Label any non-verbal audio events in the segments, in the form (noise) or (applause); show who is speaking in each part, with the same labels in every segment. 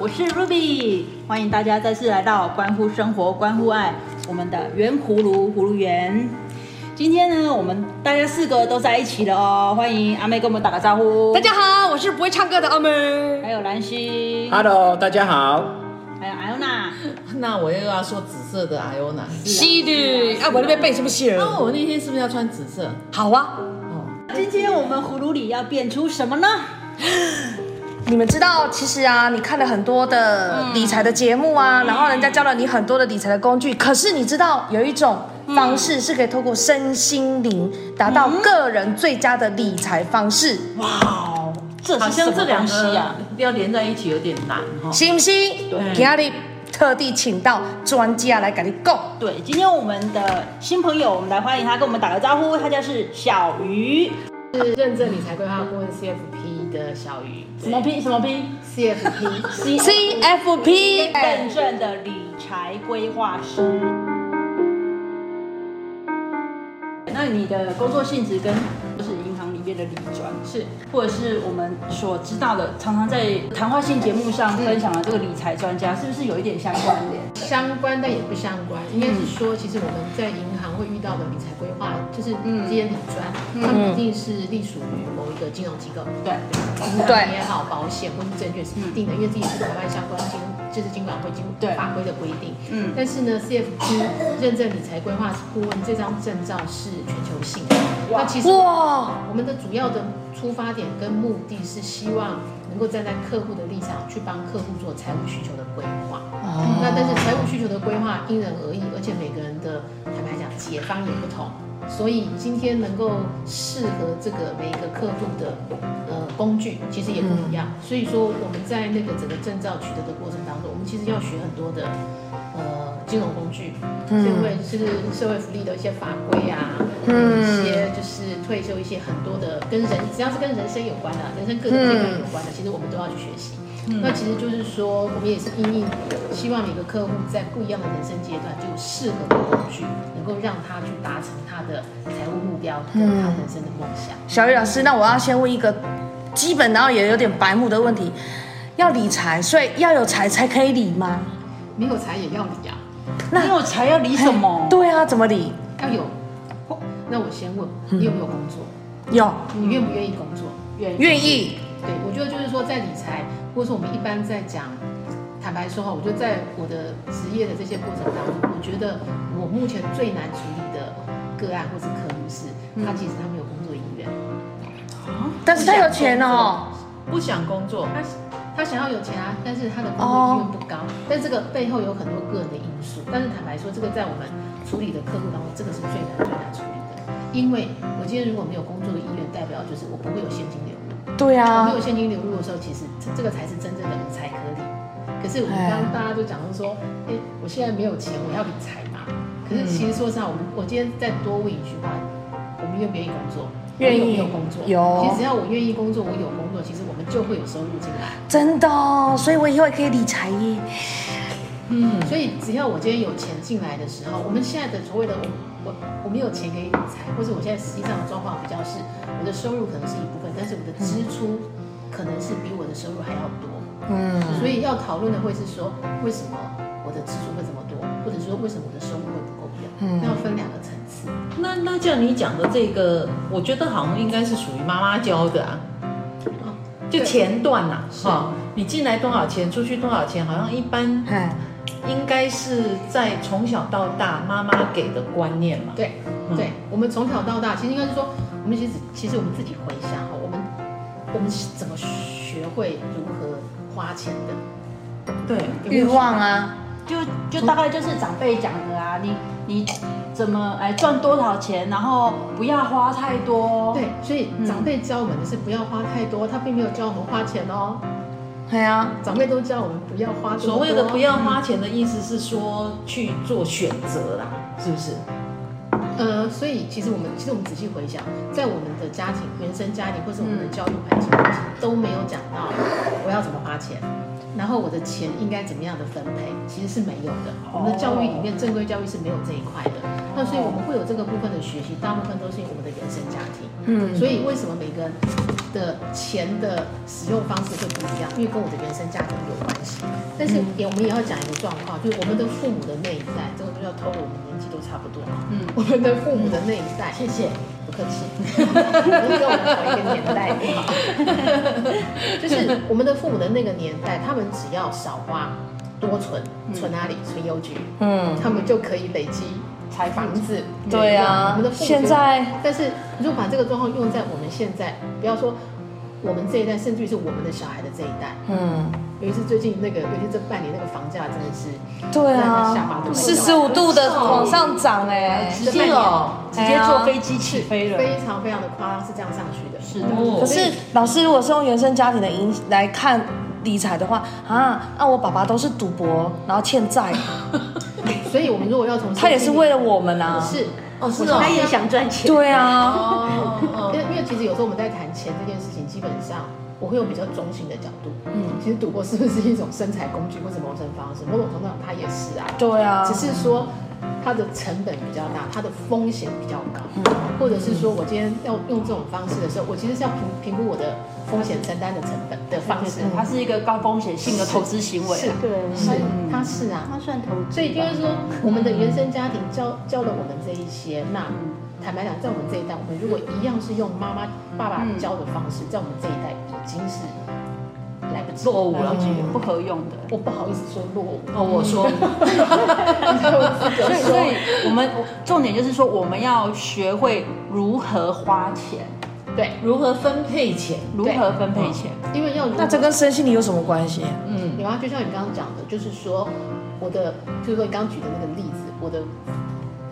Speaker 1: 我是 Ruby，欢迎大家再次来到关乎生活、关乎爱我们的圆葫芦葫芦园。今天呢，我们大家四个都在一起了哦，欢迎阿妹跟我们打个招呼。
Speaker 2: 大，家好，我是不会唱歌的阿妹。
Speaker 1: 还有兰溪，
Speaker 3: Hello，大家好。
Speaker 1: 还有艾欧娜，
Speaker 4: (laughs) 那我又要说紫色的 Iona。
Speaker 2: 是的，啊，我那边背是不是？
Speaker 4: 那我那天是不是要穿紫色？
Speaker 2: 好啊，
Speaker 4: 哦，
Speaker 1: 今天我们葫芦里要变出什么呢？
Speaker 2: 你们知道，其实啊，你看了很多的理财的节目啊，然后人家教了你很多的理财的工具，可是你知道有一种方式是可以透过身心灵达到个人最佳的理财方式，
Speaker 1: 嗯哇，哦这
Speaker 4: 好
Speaker 1: 是什
Speaker 4: 像
Speaker 1: 么
Speaker 4: 这
Speaker 1: 东
Speaker 4: 两
Speaker 1: 西啊
Speaker 4: 个呃
Speaker 1: 呀、
Speaker 4: 要连在一起有点难哈。
Speaker 2: 行不行？
Speaker 4: 对
Speaker 2: 今天特地请到专家来跟你讲。
Speaker 1: 对，今天我们的新朋友，我们来欢迎他，跟我们打个招呼。他就是小鱼，
Speaker 5: 是认证理财规划顾问 CFP 的小鱼，
Speaker 1: 什么拼什么拼
Speaker 4: (laughs)
Speaker 5: CFP
Speaker 1: ？C
Speaker 2: CFP，
Speaker 1: 认证的理财规划师。那你的工作性质跟就是银行里面的理专，
Speaker 5: 是
Speaker 1: 或者是我们所知道的，常常在谈话性节目上分享的这个理财专
Speaker 4: 嗯
Speaker 1: 家，是不是有一点相关联？
Speaker 5: 相关但也不相关，应该是说，其实我们在银行会遇到的理财规划，就是
Speaker 4: 嗯
Speaker 5: 这些理专，他们一定是隶属于某一个金融机构，
Speaker 4: 嗯
Speaker 1: 对，
Speaker 5: 银
Speaker 2: 对
Speaker 5: 行也好，保险或是证券是一定的，因为自己是台湾相关金，就是金管会经
Speaker 1: 对
Speaker 5: 法规的规定。
Speaker 1: 嗯
Speaker 5: 但是呢，CFP 认证理财规划顾问这张证照是全球性的，那其实
Speaker 2: 哇，
Speaker 5: 我们的主要的出发点跟目的是希望能够站在客户的立场去帮客户做财务需求的规划。
Speaker 2: 哦
Speaker 5: 那但是财务需求的规划因人而异，而且每个人的坦白讲解方也不同，所以今天能够适合这个每一个客户的呃工具其实也不一样。所以说我们在那个整个证照取得的过程当中，我们其实要学很多的呃金融工具，因为是社会福利的一些法规啊，嗯，一些就是退休一些很多的跟人只要是跟人生有关的、人生各个阶段有关的，其实我们都要去学习。那其实就是说，我们也是因应希望每个客户在不一样的人生阶段，就有适合的工具，能够让他去达成他的财务目标跟他人生的梦想。
Speaker 2: 小雨老师，那我要先问一个基本，然后也有点白目的问题，要理财，所以要有财才可以理吗？
Speaker 5: 没有财也要理啊，
Speaker 2: 那
Speaker 1: 你有才要理什么？
Speaker 4: 哎
Speaker 2: 对啊，怎么理？
Speaker 5: 要有。哦那我先问你有没有工作？
Speaker 2: 有
Speaker 5: 你愿不愿意工作？
Speaker 1: 愿意
Speaker 2: 愿意，
Speaker 5: 对，我觉得就是说，在理财，或者说我们一般在讲，坦白说哈，我觉得在我的职业的这些过程当中，我觉得我目前最难处理的个案或是客户是，他其实他没有工作意愿，
Speaker 2: 但是他有钱哦。
Speaker 4: 不想工作，
Speaker 5: 他他想要有钱啊，但是他的工作意愿不高，但这个背后有很多个人的因素。但是坦白说，这个在我们处理的客户当中，这个是最难最难处理的，因为我今天如果没有工作的意愿，代表就是我不会有现金流入。
Speaker 2: 对
Speaker 5: 我
Speaker 2: 啊
Speaker 5: 没有，现金流入的时候，其实这这个才是真正的理财合理。可是我们
Speaker 2: 哎
Speaker 5: 刚刚大家就讲到说，哎、我现在没有钱，我要理财嘛。可
Speaker 2: 嗯
Speaker 5: 是其实说实话，我们我今天再多问一句话，我们愿不愿意工作？
Speaker 2: 愿意
Speaker 5: 我有没有工作？
Speaker 2: 有
Speaker 5: 其实只要我愿意工作，我有工作，其实我们就会有收入进来。
Speaker 2: 真的哦，所以我以后也可以理财耶。
Speaker 5: 所以只要我今天有钱进来的时候，我们现在的所谓的我我我没有钱可以理财，或者我现在实际上的状况比较是我的收入可能是一部分，但是我的支出可能是比我的收入还要多。嗯，所以要讨论的会是说为什么我的支出会这么多，或者说为什么我的收入会不够用？那要分两个层次。
Speaker 4: 那那这样你讲的这个，我觉得好像应该是属于妈妈教的啊，就前段呐、哈、你进来多少钱，出去多少钱，好像一般
Speaker 2: 哎，
Speaker 4: 应该是在从小到大妈妈给的观念嘛。
Speaker 5: 对对，我们从小到大，其实应该是说，我们其实其实我们自己回想哈，我们我们是怎么学会如何花钱的？
Speaker 4: 对，
Speaker 5: 有没
Speaker 2: 欲
Speaker 5: 有
Speaker 2: 望啊，
Speaker 1: 就就大概就是长辈讲的啊，你你怎么哎赚多少钱，然后不要花太
Speaker 4: 哦
Speaker 1: 多。
Speaker 5: 对，所以长辈教我们的是不要花太多，他并没有教我们花钱哦。
Speaker 2: 哎呀，
Speaker 5: 长辈都教我们不要花这么多哦
Speaker 4: 所谓的不，要花钱的意思是说去做选择啦，是不是？
Speaker 5: 呃，所以其实我们其实我们仔细回想，在我们的家庭、原生家庭或是我
Speaker 4: 嗯
Speaker 5: 们的教育环境，其实都没有讲到我要怎么花钱，然后我的钱应该怎么样的分配，其实是没有的。
Speaker 4: 哦
Speaker 5: 我们的教育里面正规教育是没有这一块的，那所以我们会有这个部分的学习，大部分都是因为我们的原生家庭。嗯，所以为什么每个人的钱的使用方式会不一样，因为跟我的原生家庭有关系。但
Speaker 4: 嗯
Speaker 5: 是也我们也要讲一个状况，就是我们的父母的那一代，这个就要透露我们年纪都差不多了。嗯，我们的父母的那一代，
Speaker 4: 谢谢。
Speaker 5: 不客气， (laughs) 我们跟我们同一个年代， (laughs) 就是我们的父母的那个年代，他们只要少花多存，存哪里？存邮局，
Speaker 2: 嗯，
Speaker 5: 他们就可以累积财房子。
Speaker 2: 对啊
Speaker 5: 我们的父母
Speaker 2: 现在，
Speaker 5: 但是如果把这个状况用在我们现在，不要说我们这一代，甚至于是我们的小孩的这一代，
Speaker 2: 嗯，
Speaker 5: 尤其是最近那个，尤其这半年那个房价真的是
Speaker 2: 对
Speaker 5: 让人下巴
Speaker 2: 啊
Speaker 5: 都，
Speaker 2: 四十五度的往上涨哎、
Speaker 4: 直接哦，
Speaker 1: 直接坐飞机起飞了。
Speaker 5: 非常非常的夸张，是这样上去的。
Speaker 1: 是的，
Speaker 4: 哦
Speaker 2: 可是老师，如果是用原生家庭的影来看理财的话，啊，那、我爸爸都是赌博，然后欠债，
Speaker 5: 所以我们如果要从
Speaker 2: 他也是为了我们啊。
Speaker 5: 是
Speaker 4: 哦是
Speaker 1: 他
Speaker 4: 哦，
Speaker 1: 也想赚钱。
Speaker 2: 对啊，
Speaker 4: 哦哦
Speaker 5: 因为因为其实有时候我们在谈钱这件事情，基本上我会用比较中性的角度。嗯，其实赌博是不是一种生财工具或者谋生方式？某种程度上它也是啊，
Speaker 2: 对啊，
Speaker 5: 只是说它的成本比较大，它的风险比较高。嗯，或者是说我今天要用这种方式的时候，我其实是要评评估我的风险承担的成本的方式。
Speaker 1: 它是一个高风险性的投资行为
Speaker 5: 是
Speaker 1: 啊。，
Speaker 5: 对，是，它是啊。
Speaker 1: 它算投资，
Speaker 5: 所以就是说，我们的原生家庭教教了我们这一些。那坦白讲，在我们这一代，我们如果一样是用妈妈、爸爸教的方式，在我们这一代已经是来不及
Speaker 4: 落伍
Speaker 1: 了
Speaker 4: 了。
Speaker 1: 解不合用的。
Speaker 5: 我不好意思说落哦
Speaker 4: 哦，
Speaker 5: 伍，
Speaker 4: 我说
Speaker 1: 所以，所以我们我重点就是说，我们要学会如何花钱，
Speaker 5: 对，
Speaker 4: 如何分配钱，
Speaker 1: 如何分配钱。
Speaker 5: 因为要如
Speaker 2: 那这跟身心灵有什么关系？
Speaker 4: 嗯，
Speaker 5: 有啊，就像你刚刚讲的，就是说我的，就是说你刚刚举的那个例子，我的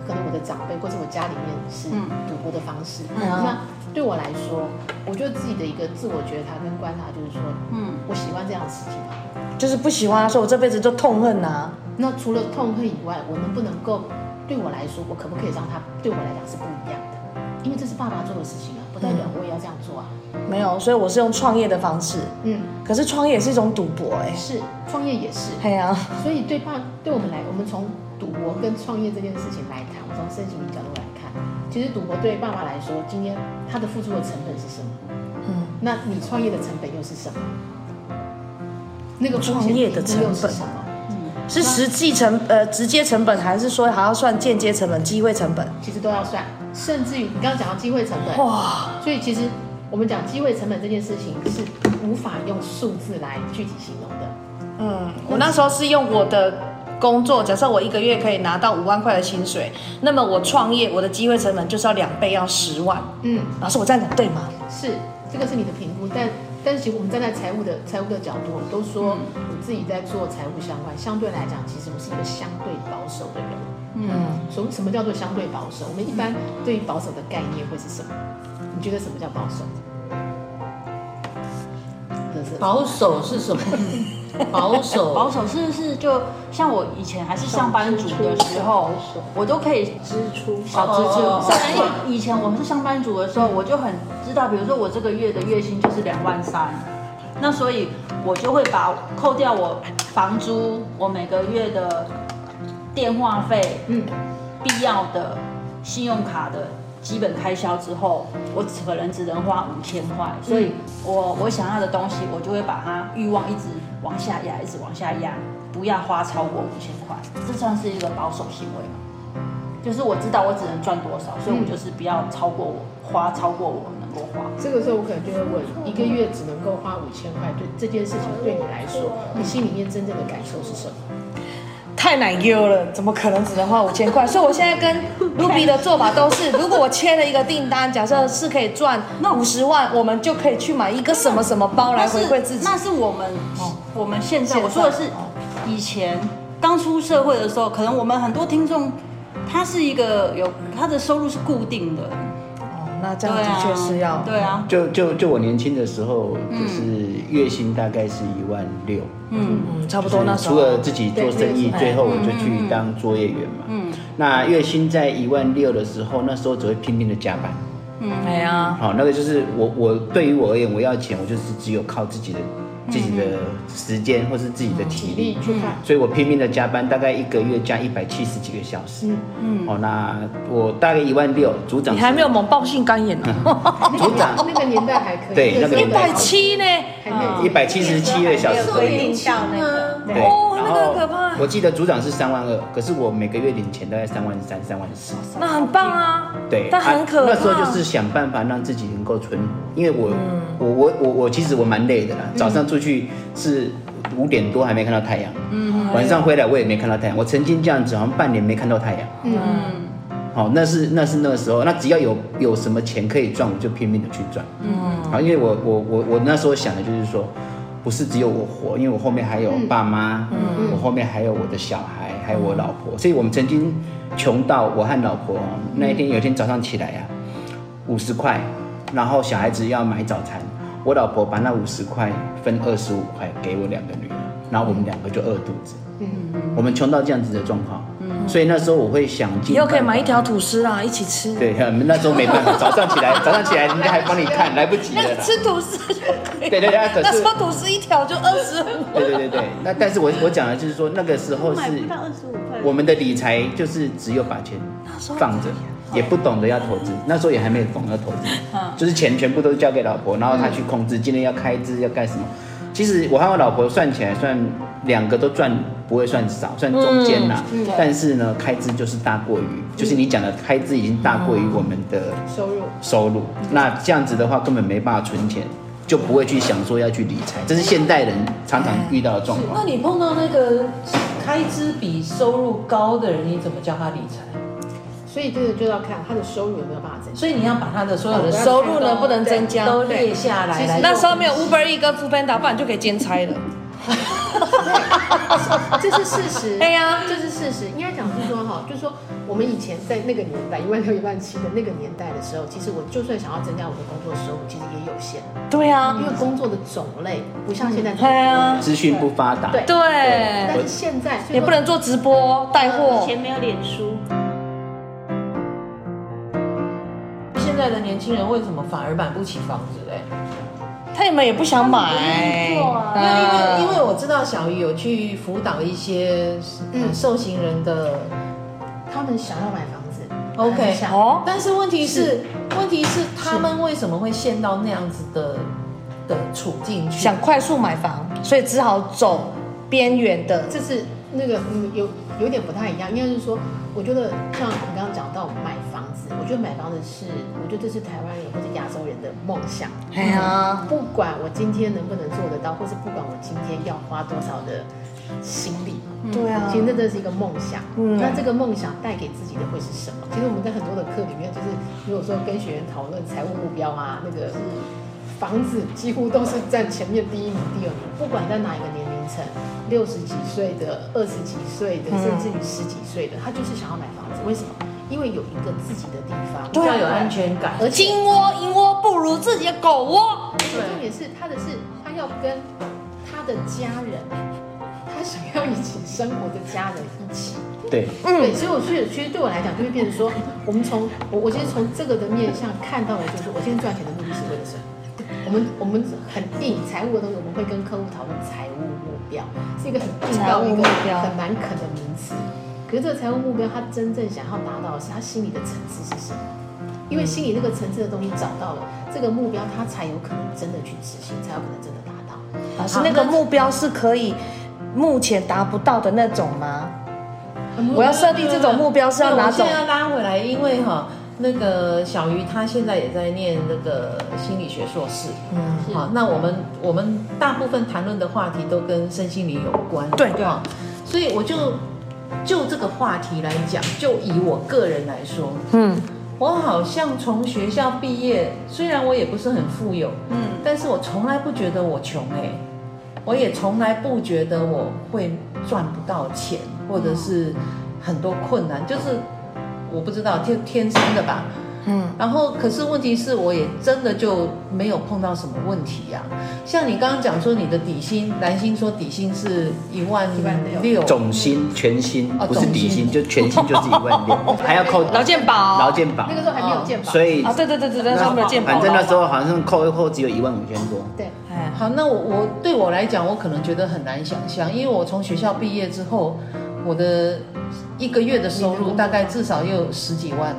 Speaker 5: 可能我的长辈或者我家里面是
Speaker 1: 嗯
Speaker 5: 赌博的方式，那对我来说，我觉得自己的一个自我觉察跟观察就是说，
Speaker 1: 嗯，
Speaker 5: 我喜欢这样的事情吗？
Speaker 2: 就是不喜欢啊，所以我这辈子就痛恨啊。
Speaker 5: 那除了痛恨以外，我能不能够对我来说，我可不可以让它对我来讲是不一样的？因为这是爸爸做的事情啊，不代表
Speaker 2: 嗯
Speaker 5: 我也要这样做啊。
Speaker 2: 没有，所以我是用创业的方式，
Speaker 5: 嗯，
Speaker 2: 可是创业也是一种赌博哎、
Speaker 5: 是创业也是，
Speaker 2: 嘿啊，
Speaker 5: 所以对爸对我们来，我们从赌博跟创业这件事情来谈，我从身心灵角度来看，其实赌博对爸爸来说，今天他的付出的成本是什么？
Speaker 2: 嗯，
Speaker 5: 那你创业的成本又是什么？那个风险
Speaker 2: 创业的成本
Speaker 5: 又是什么？
Speaker 2: 是实际成呃直接成本，还是说还要算间接成本、机会成本？
Speaker 5: 其实都要算，甚至于你刚刚讲到机会成本，
Speaker 2: 哇，
Speaker 5: 所以其实我们讲机会成本这件事情是无法用数字来具体形容的。
Speaker 2: 嗯，我那时候是用我的工作，假设我一个月可以拿到五万块的薪水，那么我创业，我的机会成本就是要两倍，要十万。
Speaker 5: 嗯，
Speaker 2: 老师，我这样讲对吗？
Speaker 5: 是这个是你的评估，但但其实我们站在财务的财务的角度，我都说我自己在做财务相关，相对来讲，其实我是一个相对保守的人。
Speaker 2: 嗯，
Speaker 5: 什么什么叫做相对保守？我们一般对于保守的概念会是什么？你觉得什么叫保守？真的是
Speaker 4: 保守是什么？保
Speaker 1: (laughs)
Speaker 4: 守
Speaker 1: 保守是不是就像我以前还是上班族的时候，我都可以支出小支出
Speaker 4: 哦哦哦。
Speaker 1: 像哎以以前我们是上班族的时候，我就很知道，比如说我这个月的月薪就是两万三，那所以我就会把扣掉我房租，我每个月的电话费，
Speaker 5: 嗯，
Speaker 1: 必要的信用卡的基本开销之后，我可能只能花五千块，所以我我想要的东西，我就会把它欲望一直往下压，一直往下压，不要花超过五千块，这算是一个保守行为嘛？就是我知道我只能赚多少，所以我就是不要超过我花超过我能够花。
Speaker 5: 这个时候我可能就会问：一个月只能够花五千块，对这件事情对你来说，
Speaker 3: 嗯
Speaker 5: 你心里面真正的感受是什么？
Speaker 2: 太奶油了，怎么可能只能花五千块？所以我现在 (laughs) 跟 Ruby 的做法都是，如果我签了一个订单，假设是可以赚那五十万，我们就可以去买一个什么什么包来回馈自己。哦
Speaker 1: 那是我们我们现在
Speaker 2: 现在
Speaker 1: 我说的是以前刚出社会的时候，可能我们很多听众，他是一个有他的收入是固定的，
Speaker 2: 哦，那这
Speaker 1: 对
Speaker 2: 样
Speaker 1: 啊，
Speaker 2: 的确是要
Speaker 1: 对啊，
Speaker 3: 就就就我年轻的时候，就是月薪大概是一万六，
Speaker 1: 嗯
Speaker 2: 嗯，差不多那时
Speaker 3: 除
Speaker 2: 候。
Speaker 3: 了自己做生
Speaker 2: 对
Speaker 3: 意，
Speaker 2: 嗯
Speaker 3: 最后我就去当作业员嘛。
Speaker 1: 嗯
Speaker 3: 那月薪在一万六的时候，那时候只会拼命的加班。
Speaker 1: 嗯，
Speaker 2: 哎呀，嗯
Speaker 3: 好，那个就是我我对于我而言，我要钱，我就是只有靠自己的自己的时间或是自己的体
Speaker 5: 体
Speaker 3: 力
Speaker 5: 力。去看，
Speaker 3: 所以我拼命的加班，大概一个月加一百七十几个小时。嗯，哦，那我大概一万六，组长
Speaker 2: 你还没有猛爆性肝炎
Speaker 3: (laughs)
Speaker 2: 呢，
Speaker 3: 嗯组长
Speaker 5: 那个年代还可以，
Speaker 3: 对那个
Speaker 5: 时
Speaker 3: 年
Speaker 5: 候
Speaker 3: 代嗯
Speaker 2: 百七呢，
Speaker 5: 还可
Speaker 3: 一
Speaker 5: 以，
Speaker 3: 百七十七个小时。
Speaker 1: 所以领
Speaker 4: 哎
Speaker 1: 到那个，
Speaker 3: 对，
Speaker 2: 哦
Speaker 3: 然
Speaker 2: 那个
Speaker 3: 后
Speaker 2: 很可怕
Speaker 3: 我记得组长是三万二，可是我每个月领钱大概三万三、三万四。
Speaker 2: 那很棒啊。
Speaker 3: 对，
Speaker 2: 但很可怕。嗯
Speaker 3: 啊那时候就是想办法让自己能够存，因为我、我我我我其实我蛮累的啦，早上出去是五点多还没看到太阳，嗯，晚
Speaker 2: 哎
Speaker 3: 上回来我也没看到太阳，我曾经这样子好像半年没看到太阳，
Speaker 1: 嗯，
Speaker 3: 好、那是那是那个时候，那只要有有什么钱可以赚，我就拼命的去赚。嗯，好，因为我我我我那时候想的就是说，不是只有我活，因为我后面还有爸妈，嗯，我后面还有我的小孩，还有我老
Speaker 2: 嗯
Speaker 3: 婆，所以我们曾经穷到我和老婆哦那一天有一天早上起来啊，五十块，然后小孩子要买早餐，我老婆把那五十块分二十五块给我两个女儿，然后我们两个就饿肚子，嗯，我们穷到这样子的状况。所以那时候我会想尽
Speaker 2: 以嗯后可以买
Speaker 3: 办法
Speaker 2: 一条吐司啦，一起吃。
Speaker 3: 对，那时候没办法，早上起来，早上起来人家还帮你看，来不及了
Speaker 2: 那
Speaker 3: 啦。
Speaker 2: 吃吐司就可以。
Speaker 3: 对对对啊可是
Speaker 2: 那时候吐司一条就二十五。
Speaker 3: 对对对对，那但是我我讲的就是说，那个时候是
Speaker 1: 买不到二十五块，
Speaker 3: 我们的理财就是只有把钱放着，也不懂得要投资，那时候也还没有懂得投资，
Speaker 1: 嗯
Speaker 3: 就是钱全部都交给老婆，然后她去控制今天要开支要干什么。其实我和我老婆算起来算两个都赚不会算少，算中间啦。
Speaker 1: 嗯
Speaker 3: 但是呢，开支就是大过于，就是你讲的开支已经大过于
Speaker 1: 嗯
Speaker 3: 我们的
Speaker 5: 收入
Speaker 3: 收入。那这样子的话，根本没办法存钱，就不会去想说要去理财，这是现代人常常遇到的状
Speaker 4: 那
Speaker 3: 况。
Speaker 4: 你碰到那个开支比收入高的人，你怎么教他理财？
Speaker 5: 所以这个就要看他的收入有没有办法增加。
Speaker 4: 所以你要把他的所有的
Speaker 5: 哦
Speaker 4: 收入
Speaker 5: 不要
Speaker 4: 呢，
Speaker 5: 太高
Speaker 4: 不能增加，都
Speaker 5: 对
Speaker 4: 列下来。
Speaker 5: 其实
Speaker 4: 来
Speaker 2: 那时候没有 Uber E 跟 f o o p a n d a 不然就可以兼差了。
Speaker 3: (laughs)
Speaker 5: 这是事实。
Speaker 3: 哎
Speaker 2: 对呀
Speaker 5: 这是事实。应该讲是说哈，就是说我们以前在那个年代，一万六、一万七的那个年代的时候，其实我就算想要增加我的工作收入，其实也有限，
Speaker 2: 对啊
Speaker 5: 因，为工作的种类不像现在这么多。
Speaker 2: 对啊，
Speaker 3: 资讯不发达，
Speaker 5: 对
Speaker 3: 嗯
Speaker 5: 但
Speaker 2: 对，
Speaker 5: 是现在所以说
Speaker 2: 也不能做直播带货。
Speaker 1: 前没有脸书，
Speaker 4: 现在的年轻人为什么反而买不起房子嘞？
Speaker 2: 他们也不想买，
Speaker 4: 那因为因
Speaker 2: 嗯
Speaker 4: 为我知道小鱼有去辅导一些嗯受刑人的
Speaker 5: 他们想要买房子
Speaker 4: OK
Speaker 5: 很想
Speaker 2: 哦，
Speaker 4: 但是问题是，问题是他们为什么会陷到那样子的的处境去？
Speaker 2: 想快速买房，所以只好走边缘的。
Speaker 5: 这是那个嗯有有点不太一样，应该是说，我觉得像你刚刚讲到买房子，我觉得买房子是，我觉得这是台湾人或者亚洲人的梦想。
Speaker 2: 哎呀，
Speaker 5: 不管我今天能不能做得到，或是不管我今天要花多少的心力，
Speaker 2: 对啊
Speaker 5: 其，实那真的是一个梦想。那这个梦想带给自己的会是什么？其实我们在很多的课里面，就是如果说跟学员讨论财务目标啊，那个房子几乎都是占前面第一名、第二名，不管在哪一个年龄层，六十几岁的、二十几岁的，甚至于十几岁的，他就是想要买房子。为什么？因为有一个自己的地方，
Speaker 2: 啊
Speaker 4: 比较有安全感。
Speaker 5: 而且
Speaker 2: 金窝银窝不如自己的狗窝。
Speaker 5: 而且重点是他的是他要跟他的家人，他想要一起生活的家人一起。
Speaker 3: 对，
Speaker 5: 对，所以我去，其实对我来讲就会变成说，我们从我我其实从这个的面向看到的就是，我今天赚钱的目的是为了什么？我们我们很硬财务的东西，我们会跟客户讨论财务目标，是一个很硬到一个很难啃的名词。可是这个财务目标，他真正想要达到的是他心里的层次是什么？因为心里那个层次的东西找到了，这个目标他才有可能真的去执行，才有可能真的达到。
Speaker 2: 老师，那个目标是可以目前达不到的那种吗？我要设定这种目标是要哪
Speaker 4: 嗯我现
Speaker 2: 种
Speaker 4: 在？要拉回来，因为哈、那个小鱼他现在也在念那个心理学硕士，嗯，好，那我们我们大部分谈论的话题都跟身心灵有关，
Speaker 2: 对
Speaker 4: 对吧？所以我就就这个话题来讲，就以我个人来说，
Speaker 2: 嗯，
Speaker 4: 我好像从学校毕业，虽然我也不是很富有，
Speaker 1: 嗯，
Speaker 4: 但是我从来不觉得我穷哎、我也从来不觉得我会赚不到钱，或者是很多困难，就是我不知道天天生的吧。嗯，然后可是问题是，我也真的就没有碰到什么问题呀、像你刚刚讲说你的底薪，蓝心说底薪是一万六，
Speaker 3: 总薪全薪
Speaker 4: 哦
Speaker 3: 不是底薪，就全薪就是一万六，还要扣
Speaker 2: 劳健保，
Speaker 3: 劳健保
Speaker 5: 那，个时候还没有健保，
Speaker 3: 所以
Speaker 2: 啊，对对对对对，
Speaker 3: 那
Speaker 2: 那时候没有健保，
Speaker 3: 反正那时候好像扣一扣只有一万五千多。
Speaker 5: 对，
Speaker 2: 哎，
Speaker 4: 好，那我我对我来讲，我可能觉得很难想象，因为我从学校毕业之后，我的一个月的收入大概至少也有十几万。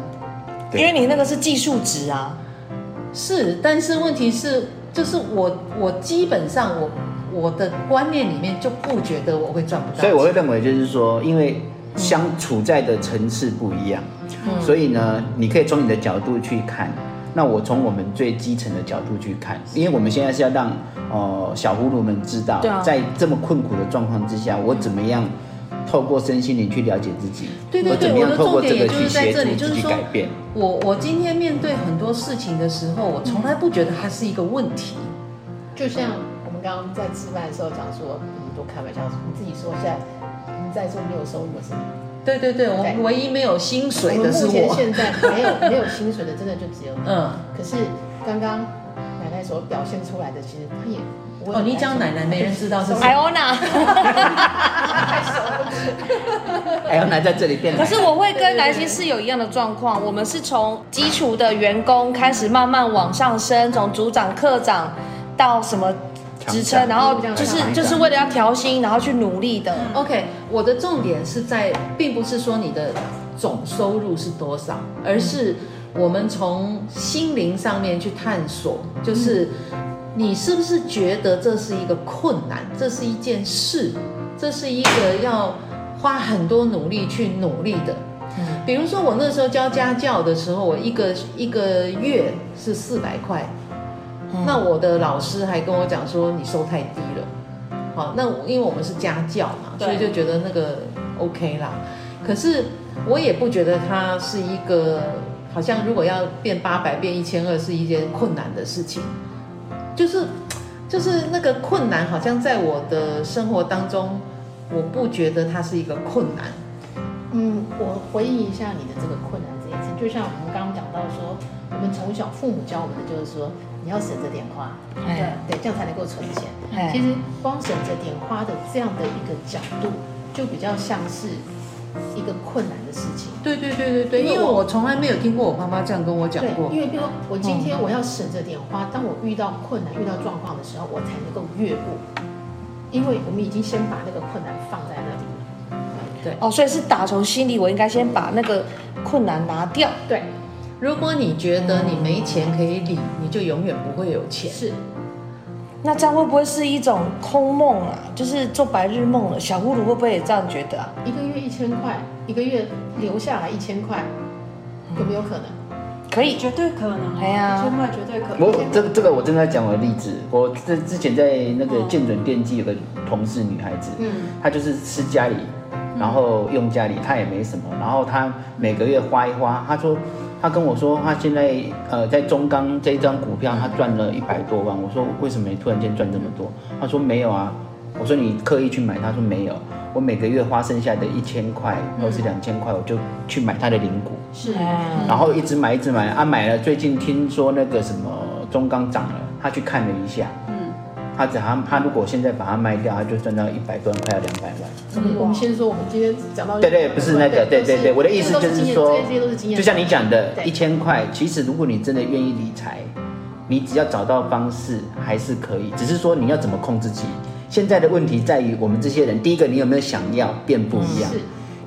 Speaker 3: 对
Speaker 2: 因为你那个是技术值啊，
Speaker 4: 是，但是问题是，就是我我基本上我我的观念里面就不觉得我会赚不到钱，
Speaker 3: 所以我会认为就是说，因为相处在的层次不一样，
Speaker 4: 嗯
Speaker 3: 所以呢，你可以从你的角度去看。那我从我们最基层的角度去看，因为我们现在是要让呃小葫芦们知道
Speaker 2: 对啊，
Speaker 3: 在这么困苦的状况之下，我怎么样透过身心灵去了解自己，
Speaker 4: 对对
Speaker 3: 我
Speaker 4: 对
Speaker 3: 怎么
Speaker 4: 我
Speaker 3: 样
Speaker 4: 的
Speaker 3: 透过
Speaker 4: 重
Speaker 3: 这
Speaker 4: 点
Speaker 3: 个
Speaker 4: 也
Speaker 3: 去
Speaker 4: 就是在
Speaker 3: 协
Speaker 4: 这
Speaker 3: 助
Speaker 4: 里就是
Speaker 3: 自己
Speaker 4: 说
Speaker 3: 改变。
Speaker 4: 我我今天面对很多事情的时候，我从来不觉得它是一个问题。
Speaker 5: 就像我们刚刚在吃饭的时候讲说，我们都开玩笑说，你自己说一下，你在座没有收入的是你。
Speaker 4: 对对对，我
Speaker 5: 对
Speaker 4: 唯一没有薪
Speaker 5: 我
Speaker 4: 水
Speaker 5: 们
Speaker 4: 的是
Speaker 5: 目前
Speaker 4: 我。
Speaker 5: 现在
Speaker 4: (laughs)
Speaker 5: 没有没有薪水的，真的就只有你。
Speaker 4: 嗯，
Speaker 5: 可是刚刚奶奶所表现出来的，其实她也我也
Speaker 4: 哦，你讲奶奶没人知道是
Speaker 2: 艾
Speaker 4: 谁。
Speaker 2: 欧娜。
Speaker 3: 哎，原来在这里变
Speaker 2: 可
Speaker 4: (laughs)
Speaker 3: 得
Speaker 2: 是我会跟南星室友一样的状况，我们是从基础的员工开始慢慢往上升，从组长、课长到什么职
Speaker 3: 厂
Speaker 2: 称，
Speaker 3: 长
Speaker 2: 然后就是
Speaker 3: 厂长
Speaker 2: 就是为了要调薪，然后去努力的。
Speaker 4: OK，我的重点是在，并不是说你的总收入是多少，而是我们从心灵上面去探索，就是你是不是觉得这是一个困难，这是一件事，这是一个要花很多努力去努力的。比如说我那时候教家教的时候，我一个一个月是四百块，那我的老师还跟我讲说你收太低了。好，那我因为我们是家教嘛，所以就觉得那个 OK 啦。可是我也不觉得它是一个好像如果要变八百变一千二是一件困难的事情，就是就是那个困难好像在我的生活当中，我不觉得它是一个困难。
Speaker 5: 嗯，我回忆一下你的这个困难这一次，就像我们刚刚讲到说，我们从小父母教我们的就是说，你要省着点花，对
Speaker 2: 哎
Speaker 5: 对，这样才能够存钱。
Speaker 2: 哎
Speaker 5: 其实光省着点花的这样的一个角度，就比较像是一个困难的事情。
Speaker 4: 对对对对对，
Speaker 5: 因
Speaker 4: 因
Speaker 5: 为
Speaker 4: 为我
Speaker 5: 我
Speaker 4: 从来没有听过我妈妈这样跟我讲
Speaker 5: 对
Speaker 4: 过，。
Speaker 5: 因为比如说我今
Speaker 3: 嗯
Speaker 5: 天我要省着点花，当我遇到困难、遇到状况的时候，我才能够越过，因为我们已经先把那个困难放在那里了。
Speaker 2: 哦，所以是打从心里，我应该先把那个困难拿掉。
Speaker 5: 对，
Speaker 4: 如果你觉得你没钱可以理，你就永远不会有钱。
Speaker 5: 是
Speaker 2: 那这样会不会是一种空梦啊？就是做白日梦了？小葫芦会不会也这样觉得啊？
Speaker 5: 一个月一千块，一个月留下来一千块，有没有可能？
Speaker 2: 可以，
Speaker 1: 绝对可能，
Speaker 2: 哎呀
Speaker 1: 千块绝对可能
Speaker 3: 我。这个这个我正在讲我的例子，我这之前在那个建准电机有个同事女孩子，
Speaker 5: 嗯
Speaker 3: 她就是吃家里，然后用家里，她也没什么，然后她每个月花一花，她说她跟我说她现在呃在中钢这一张股票她赚了一百多万，我说为什么你突然间赚这么多？她说没有啊，我说你刻意去买，她说没有，我每个月花剩下的一千块或是两千块，我就去买她的零股。
Speaker 5: 是
Speaker 2: 哎
Speaker 3: 然后一直买一直买啊，买了最近听说那个什么中钢涨了，他去看了一下，
Speaker 1: 嗯，
Speaker 3: 他只他他如果现在把它卖掉，他就赚到一百多万，快要两百万。
Speaker 5: 我们先说，我们今天讲到
Speaker 3: 嗯对对，不是那个，对对对，我的意思
Speaker 5: 都
Speaker 3: 就是
Speaker 5: 经
Speaker 3: 是
Speaker 5: 验
Speaker 3: 说
Speaker 5: 这些都是经，验，
Speaker 3: 就像你讲的，
Speaker 5: 对
Speaker 3: 一千块，其实如果你真的愿意理财，你只要找到方式还是可以，只是说你要怎么控制自己。现在的问题在于我们这些人，第一个你有没有想要变不一样
Speaker 5: 是，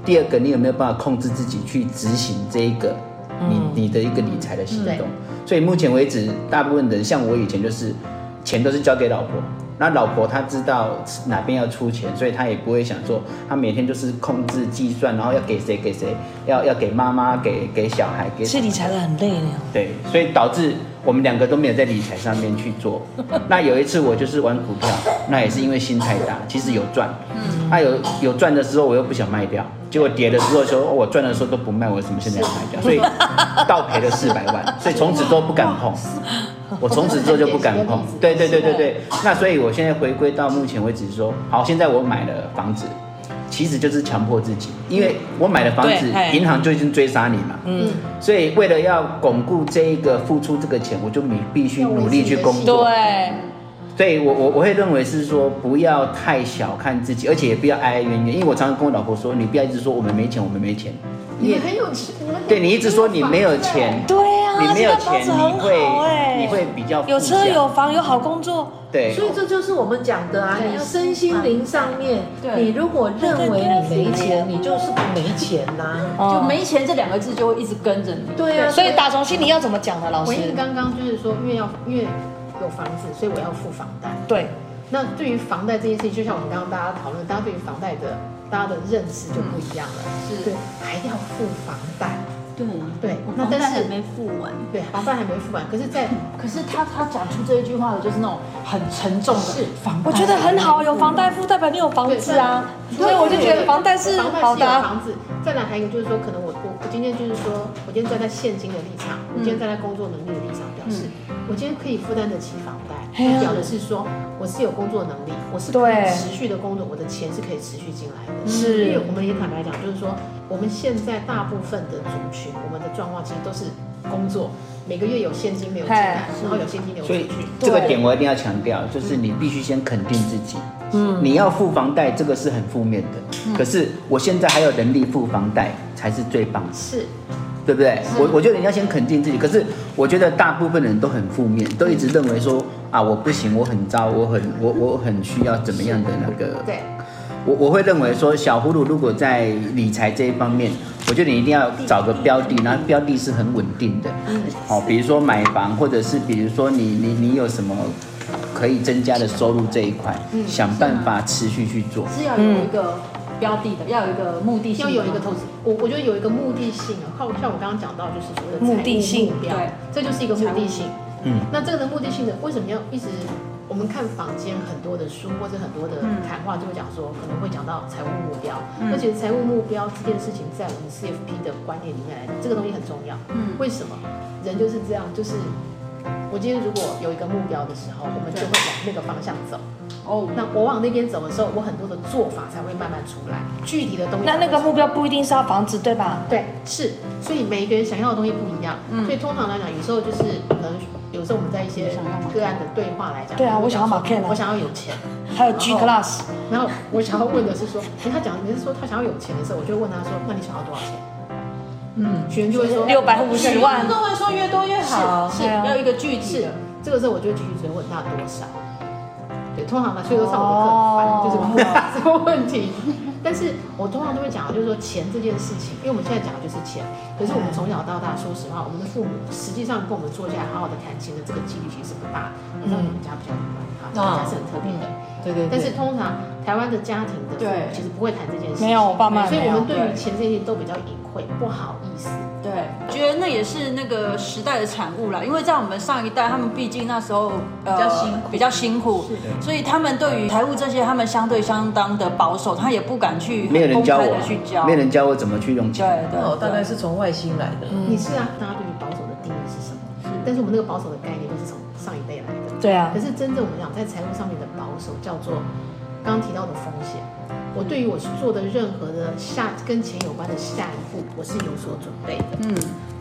Speaker 3: 第二个你有没有办法控制自己去执行这一个
Speaker 2: 嗯
Speaker 3: 你你的一个理财的行
Speaker 5: 嗯对
Speaker 3: 动。所以目前为止，大部分人像我以前就是钱都是交给老婆，那老婆她知道哪边要出钱，所以她也不会想说，她每天就是控制计算，然后要给谁给谁，要要给妈妈，给给小孩，给
Speaker 2: 是理财的很累呢。
Speaker 3: 对，所以导致我们两个都没有在理财上面去做。那有一次我就是玩股票，那也是因为心太大，其实有赚，嗯，那有有赚的时候我又不想卖掉，结果跌的时候说、哦我赚的时候都不卖，我为什么现在要卖掉？所以倒赔了四百万，所以从此都不敢碰。我从此之后就不敢碰。对对对对对，那所以我现在回归到目前为止说，好，现在我买了房子，其实就是强迫自己，因为我买了房子
Speaker 1: 对，嘿
Speaker 3: 银行就已经追杀你嘛，
Speaker 5: 嗯，
Speaker 3: 所以为了要巩固这一个付出这个钱，我就你必须努力去工
Speaker 5: 要维持你的
Speaker 3: 作。
Speaker 1: 对，
Speaker 3: 所以我我我会认为是说不要太小看自己，而且也不要哀哀怨怨，因为我常常跟我老婆说，你不要一直说我们没钱，我们没钱，
Speaker 5: 你很有钱，我们
Speaker 3: 对你一直说你没有钱，
Speaker 2: 对啊，
Speaker 3: 你没
Speaker 2: 现
Speaker 3: 有
Speaker 2: 在房
Speaker 3: 钱，
Speaker 2: 子
Speaker 3: 你
Speaker 2: 很
Speaker 3: 会
Speaker 2: 好哎，
Speaker 3: 你会啊比较
Speaker 2: 有
Speaker 3: 负
Speaker 2: 车
Speaker 3: 向
Speaker 2: 有房有好工作，
Speaker 3: 对，
Speaker 4: 所以这就是我们讲的啊，
Speaker 5: 对
Speaker 4: 你身心灵上面，
Speaker 1: 对
Speaker 4: 你如果认为你没钱，你就是没钱呐、
Speaker 1: 就没钱这两个字就会一直跟着你。
Speaker 4: 对啊，
Speaker 2: 哦所以打从心里要怎么讲呢，老
Speaker 5: 回
Speaker 2: 师
Speaker 5: 应？刚刚就是说，因为要因为有房子，所以我要付房贷。
Speaker 2: 对，
Speaker 5: 那对于房贷这件事情，就像我们刚刚大家讨论，大家对于房贷的大家的认识就不一样了，
Speaker 3: 嗯
Speaker 1: 是
Speaker 5: 对，还要付房贷，
Speaker 1: 哦对
Speaker 5: 对
Speaker 1: 我
Speaker 5: 那
Speaker 1: 房贷
Speaker 5: 但是
Speaker 1: 还没付完。
Speaker 5: 对，房贷还没付完，可是在，
Speaker 1: 可是他他讲出这一句话的就是那种很沉重的
Speaker 5: 是
Speaker 1: 房贷，
Speaker 2: 我觉得很好，有房贷付代表你有房子啊，
Speaker 5: 对
Speaker 2: 所以我就觉得房贷是
Speaker 5: 房贷
Speaker 2: 好
Speaker 5: 是
Speaker 2: 的
Speaker 5: 有
Speaker 2: 啊。
Speaker 5: 房子，再来还有一个就是说，可能我我我今天就是说我今天站在现金的立场，我今天
Speaker 2: 嗯
Speaker 5: 站在工作能力的立场，表示、我今天可以负担得起房贷，
Speaker 2: 嘿啊
Speaker 5: 代表的是说我是有工作能力，我是可以
Speaker 2: 对
Speaker 5: 持续的工作，我的钱是可以持续进来的，
Speaker 2: 是
Speaker 5: 因为我们也坦白讲，就是说我们现在大部分的族群，我们的状况其实都是工作，每个月有现金流进来，然后有现金流出
Speaker 3: 所以
Speaker 5: 去，
Speaker 3: 这个点我一定要强调，就是你必须先肯定自己。嗯，你要付房贷，这个是很负面的。可是我现在还有能力付房贷，才是最棒的，
Speaker 5: 是
Speaker 3: 对不对？我我觉得你要先肯定自己。可是我觉得大部分人都很负面，都一直认为说啊，我不行，我很糟，我很我我很需要怎么样的那个。
Speaker 5: 对。
Speaker 3: 我我会认为说，小葫芦如果在理财这一方面，我觉得你一定要找个标的，然后标的是很稳定的，哦，比如说买房，或者是比如说你你你有什么可以增加的收入这一块，想办法持续去做。
Speaker 1: 是要
Speaker 2: 嗯
Speaker 1: 有一个标的的，要有一个目的性
Speaker 5: 要
Speaker 1: 的，
Speaker 5: 有一个投资，我我觉得有一个目的性啊，靠像我刚刚讲到，就是所谓的
Speaker 2: 目的性
Speaker 5: 财务目标
Speaker 1: 对，
Speaker 5: 这就是一个目的性。
Speaker 3: 嗯，
Speaker 5: 那这个的目的性的，为什么要一直？我们看坊间很多的书或者很多的
Speaker 2: 嗯
Speaker 5: 谈话，就会讲说可能会讲到财务目标，而且财务目标这件事情，在我们 CFP 的观念里面来讲，这个东西很重要。嗯，为什么？人就是这样，就是我今天如果有一个目标的时候，我们就会往那个方向走。
Speaker 1: 哦，
Speaker 5: 那我往那边走的时候，我很多的做法才会慢慢出来，具体的东西
Speaker 2: 那
Speaker 5: 才会
Speaker 2: 那个
Speaker 5: 出来
Speaker 2: 目标不一定是要房子，对吧？
Speaker 5: 对，是，所以每一个人想要的东西不一样，
Speaker 2: 嗯
Speaker 5: 所以通常来讲，有时候就是可能有时候我们在一些
Speaker 1: 你想要吗
Speaker 5: 个案的对话来讲，
Speaker 2: 对啊
Speaker 5: 就
Speaker 2: 我
Speaker 5: 会
Speaker 2: 想要
Speaker 5: 讲说
Speaker 2: 马 Ken 啊
Speaker 5: 我想要有钱，
Speaker 2: 还有 G
Speaker 5: 然后
Speaker 2: Class，
Speaker 5: 然后我想要问的是说，哎，他讲每次说他想要有钱的时候，我就问他说，那你想要多少钱？嗯，学员就会说
Speaker 2: 六百五十万
Speaker 1: 都会说越多越好，
Speaker 5: 是
Speaker 2: 是对啊
Speaker 1: 要有一个具体
Speaker 5: 是
Speaker 1: 的。，
Speaker 5: 这个时候我就会继续追问那多少。对，通常呢，所以说上我的
Speaker 2: 哦
Speaker 5: 课很烦，就是我回答这个问题。 (laughs) 但是我通常都会讲的，就是说钱这件事情，因为我们现在讲的就是钱。可是我们从小到大，说实话，我们的父母实际上跟我们坐下来好好的谈钱的这个几率其实不大。你
Speaker 2: 嗯
Speaker 5: 知道你们家比较一般啊，我们家是很特别的。
Speaker 4: 对对对。
Speaker 5: 但是通常台湾的家庭的父母
Speaker 1: 对
Speaker 5: 其实不会谈这件事情，
Speaker 2: 没有我爸妈也
Speaker 5: 所以
Speaker 2: 没
Speaker 5: 我
Speaker 2: 有
Speaker 5: 们对
Speaker 1: 对
Speaker 5: 于钱这件事情都比较隐晦，不好意思。
Speaker 1: 对，觉得那也是那个时代的产物啦，因为在我们上一代，他们毕竟那时候呃
Speaker 4: 比较辛苦
Speaker 1: 比较辛苦，所以他们对于财务这些，他们相对相当的保守，他也不敢去
Speaker 3: 没有人教
Speaker 1: 公
Speaker 3: 我啊
Speaker 1: 开地去教，，
Speaker 3: 没有人教我怎么去用
Speaker 1: 对
Speaker 3: 钱。
Speaker 1: 对，
Speaker 4: 哦，
Speaker 1: 对
Speaker 4: 大概是从外星来的。
Speaker 5: 你是啊，大家对于保守的定义是什么？但是我们那个保守的概念就是从上一辈来的。
Speaker 2: 对啊
Speaker 5: 可，是真正我们讲在财务上面的保守，叫做刚刚提到的风险。我对于我做的任何的下跟钱有关的下一步，我是有所准备的。
Speaker 1: 嗯，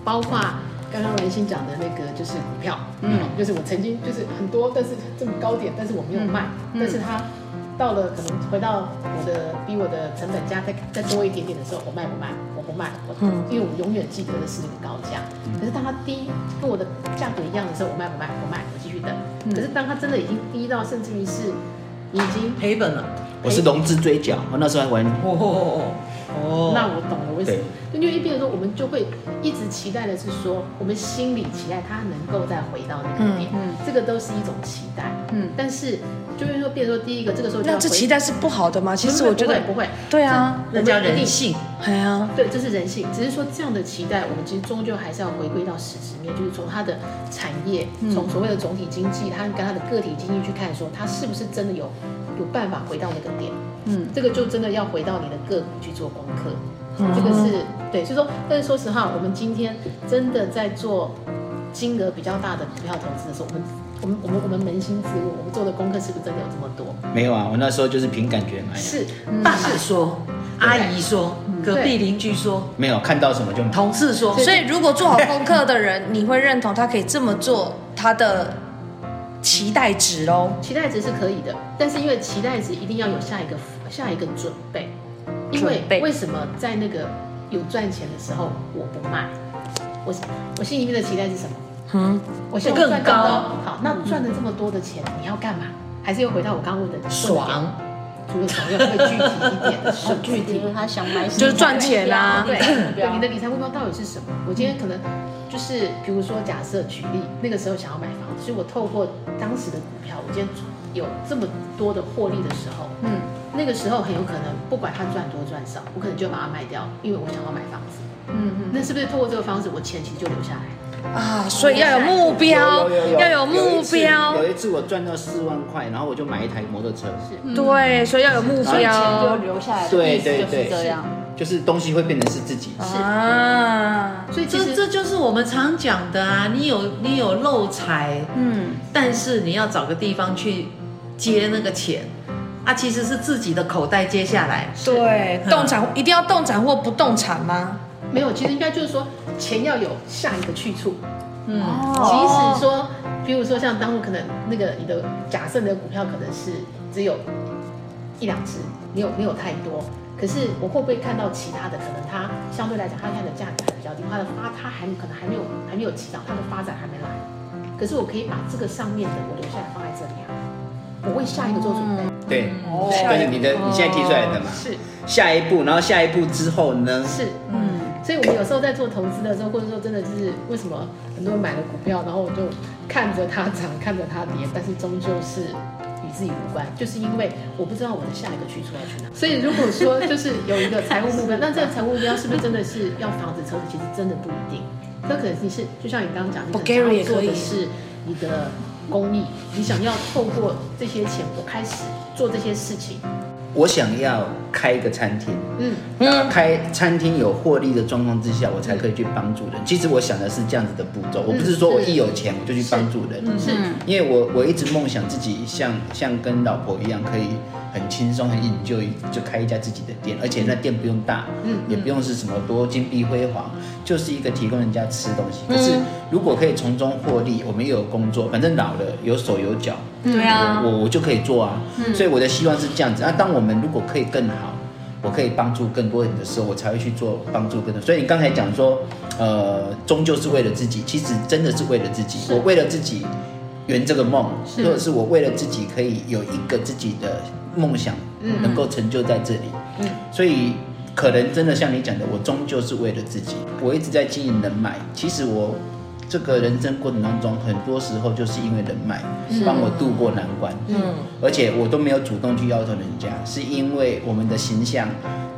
Speaker 5: 包括刚刚文心讲的那个就是股票，嗯，就是我曾经就是很多，但是这么高点，但是我没有卖，但是它到了可能回到我的比我的成本价再再多一点点的时候，我卖不卖？我不卖，我因为我永远记得的是那个高价。可是当它低跟我的价格一样的时候，我卖不卖？我卖，我继续等。可是当它真的已经低到甚至于是已经，
Speaker 4: 赔本了。
Speaker 3: 我是融资追缴，我那时候还玩，
Speaker 4: 啊哦哦哦
Speaker 5: 那我懂了为什么。因为一变成说，我们就会一直期待的是说，我们心里期待它能够再回到那个点，
Speaker 1: 嗯嗯
Speaker 5: 这个都是一种期待，
Speaker 1: 嗯
Speaker 5: 但是就会说，变成说第一个，这个时候就
Speaker 2: 那
Speaker 5: 要
Speaker 2: 这
Speaker 5: 回
Speaker 2: 期待是不好的吗？其实
Speaker 5: 不会
Speaker 2: 我觉得
Speaker 5: 不会，不会，
Speaker 2: 对啊，
Speaker 4: 那叫人性。
Speaker 2: 哎呀，
Speaker 5: 对，这是人性，只是说这样的期待，我们其实终究还是要回归到实质面，就是从它的产业，从所谓的总体经济，它跟它的个体经济去看，说它是不是真的有有办法回到那个点。
Speaker 1: 嗯，
Speaker 5: 这个就真的要回到你的个股去做功课，这个是对。所以说，但是说实话，我们今天真的在做金额比较大的股票投资的时候，我们我们我们我们扪心自问，我们做的功课是不是真的有这么多？
Speaker 3: 没有啊，我那时候就是凭感觉买的。
Speaker 5: 是，
Speaker 4: 爸爸说，阿姨说，隔壁邻居说，
Speaker 3: 没有看到什么就买。
Speaker 4: 同事说，
Speaker 2: 所以如果做好功课的人，你会认同他可以这么做，他的期待值喽。
Speaker 5: 期待值是可以的，但是因为期待值一定要有下一个下一个准备，因为
Speaker 2: 准备
Speaker 5: 为什么在那个有赚钱的时候我不卖？我我心里面的期待是什么？
Speaker 2: 嗯，
Speaker 5: 我希望
Speaker 4: 更
Speaker 5: 赚
Speaker 4: 高
Speaker 5: 好，那赚了这么多的钱，你要干嘛？还是又回到我刚刚问的问题
Speaker 4: 爽，
Speaker 5: 除了爽，要会具体一点的，
Speaker 6: 就
Speaker 1: (laughs)
Speaker 5: 很具体
Speaker 6: 比。如他想买什么，
Speaker 2: 就是赚钱啊
Speaker 5: 对，对，你
Speaker 6: 你
Speaker 5: 的
Speaker 6: 的
Speaker 5: 理财目标到底是什么？我今天可能就是，比如说假设举例，那个时候想要买房子，所以我透过当时的股票，我今天有这么多的获利的时候，嗯，那个时候很有可能不管它赚多赚少，我可能就把它卖掉，因为我想要买房子。嗯嗯，那是不是透过这个方式，我钱其实就留下来了？
Speaker 2: 啊，所以要有目标
Speaker 3: 有有有，有
Speaker 2: 要有目
Speaker 3: 一次
Speaker 2: 标，
Speaker 3: 有一次我赚到四万块，然后我就买一台摩托车，
Speaker 2: 对，所以要有目
Speaker 1: 所以钱就
Speaker 2: 标
Speaker 1: 留下来的
Speaker 3: 对
Speaker 1: 意思
Speaker 3: 对
Speaker 1: 就是
Speaker 3: 对
Speaker 1: 这样。
Speaker 3: 就是东西会变成是自己。
Speaker 2: 啊。
Speaker 5: 所以其
Speaker 4: 这
Speaker 5: 实
Speaker 4: 这就是我们常讲的啊，你有你有漏财，
Speaker 1: 嗯，
Speaker 4: 但是你要找个地方去接那个钱，啊，其实是自己的口袋接下来。
Speaker 2: 对，动产一定要动产或不动产吗？
Speaker 5: 没有，其实应该就是说钱要有下一个去处。
Speaker 4: 嗯，
Speaker 2: 哦
Speaker 5: 即使说，比如说像当初可能那个你的假设你的股票可能是只有一两只，没有没有太多，可是我会不会看到其他的？可能它相对来讲，它现在的价格还比较低，它的发它还可能还没有还没有起涨，它的发展还没来，可是我可以把这个上面的我留下来放在这里啊，嗯我为下一个做准备。
Speaker 3: 对，
Speaker 1: 哦
Speaker 3: 对，啊你的你现在提出来的嘛，
Speaker 5: 是
Speaker 3: 下一步，然后下一步之后呢？
Speaker 5: 是，嗯，所以我们有时候在做投资的时候，或者说真的就是为什么很多人买了股票，然后我就看着它涨，看着它跌，但是终究是与自己无关，就是因为我不知道我的下一个去处要去
Speaker 2: (laughs)
Speaker 5: 哪。所以如果说就是有一个财务目标，那这个财务目标是不是真的是要房子、车子？其实真的不一定，那可能你是就像你刚刚讲，你可
Speaker 2: Bulgaria
Speaker 5: 能
Speaker 2: 也
Speaker 5: 想要做
Speaker 2: 可以
Speaker 5: 的是你的公益，你想要透过这些钱，我开始做这些事情，
Speaker 3: 我想要开一个餐厅，
Speaker 5: 嗯，
Speaker 3: 开餐厅有获利的状况之下，我才可以去帮助人。其实我想的是这样子的步骤，我嗯不是说我一有钱我就去帮助人，
Speaker 5: 是。
Speaker 3: 因为我我一直梦想自己像像跟老婆一样，可以很轻松很引就就开一家自己的店，而且那店不用大，嗯，也不用是什么多金碧辉煌，就是一个提供人家吃东西。可是如果可以从中获利，我们又有工作，反正老了有手有脚，
Speaker 1: 嗯
Speaker 2: 对啊，
Speaker 3: 我我就可以做啊。所以我的希望是这样子。那当我们如果可以更好，我可以帮助更多人的时候，我才会去做帮助更多。所以你刚才讲说，呃，终究是为了自己，其实真的是为了自己。我为了自己圆这个梦，或者是我为了自己可以有一个自己的梦想，能够成就在这里。所以可能真的像你讲的，我终究是为了自己，我一直在经营人脉。其实我这个人生过程当中，很多时候就是因为人脉帮我渡过难关。嗯，而且我都没有主动去要求人家，是因为我们的形象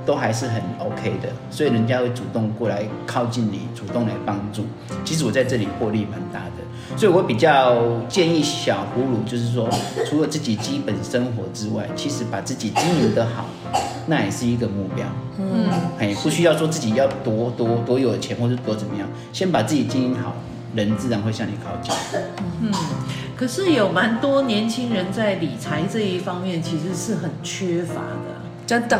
Speaker 3: 都还是很 OK 的，所以人家会主动过来靠近你，主动来帮助。其实我在这里获利蛮大的，所以我比较建议小葫芦，就是说，除了自己基本生活之外，其实把自己经营得好，那也是一个目标。嗯，哎，不需要说自己要多多多有钱，或是多怎么样，先把自己经营好，人自然会向你靠近。
Speaker 4: 可是有蛮多年轻人在理财这一方面其实是很缺乏的，
Speaker 2: 真的，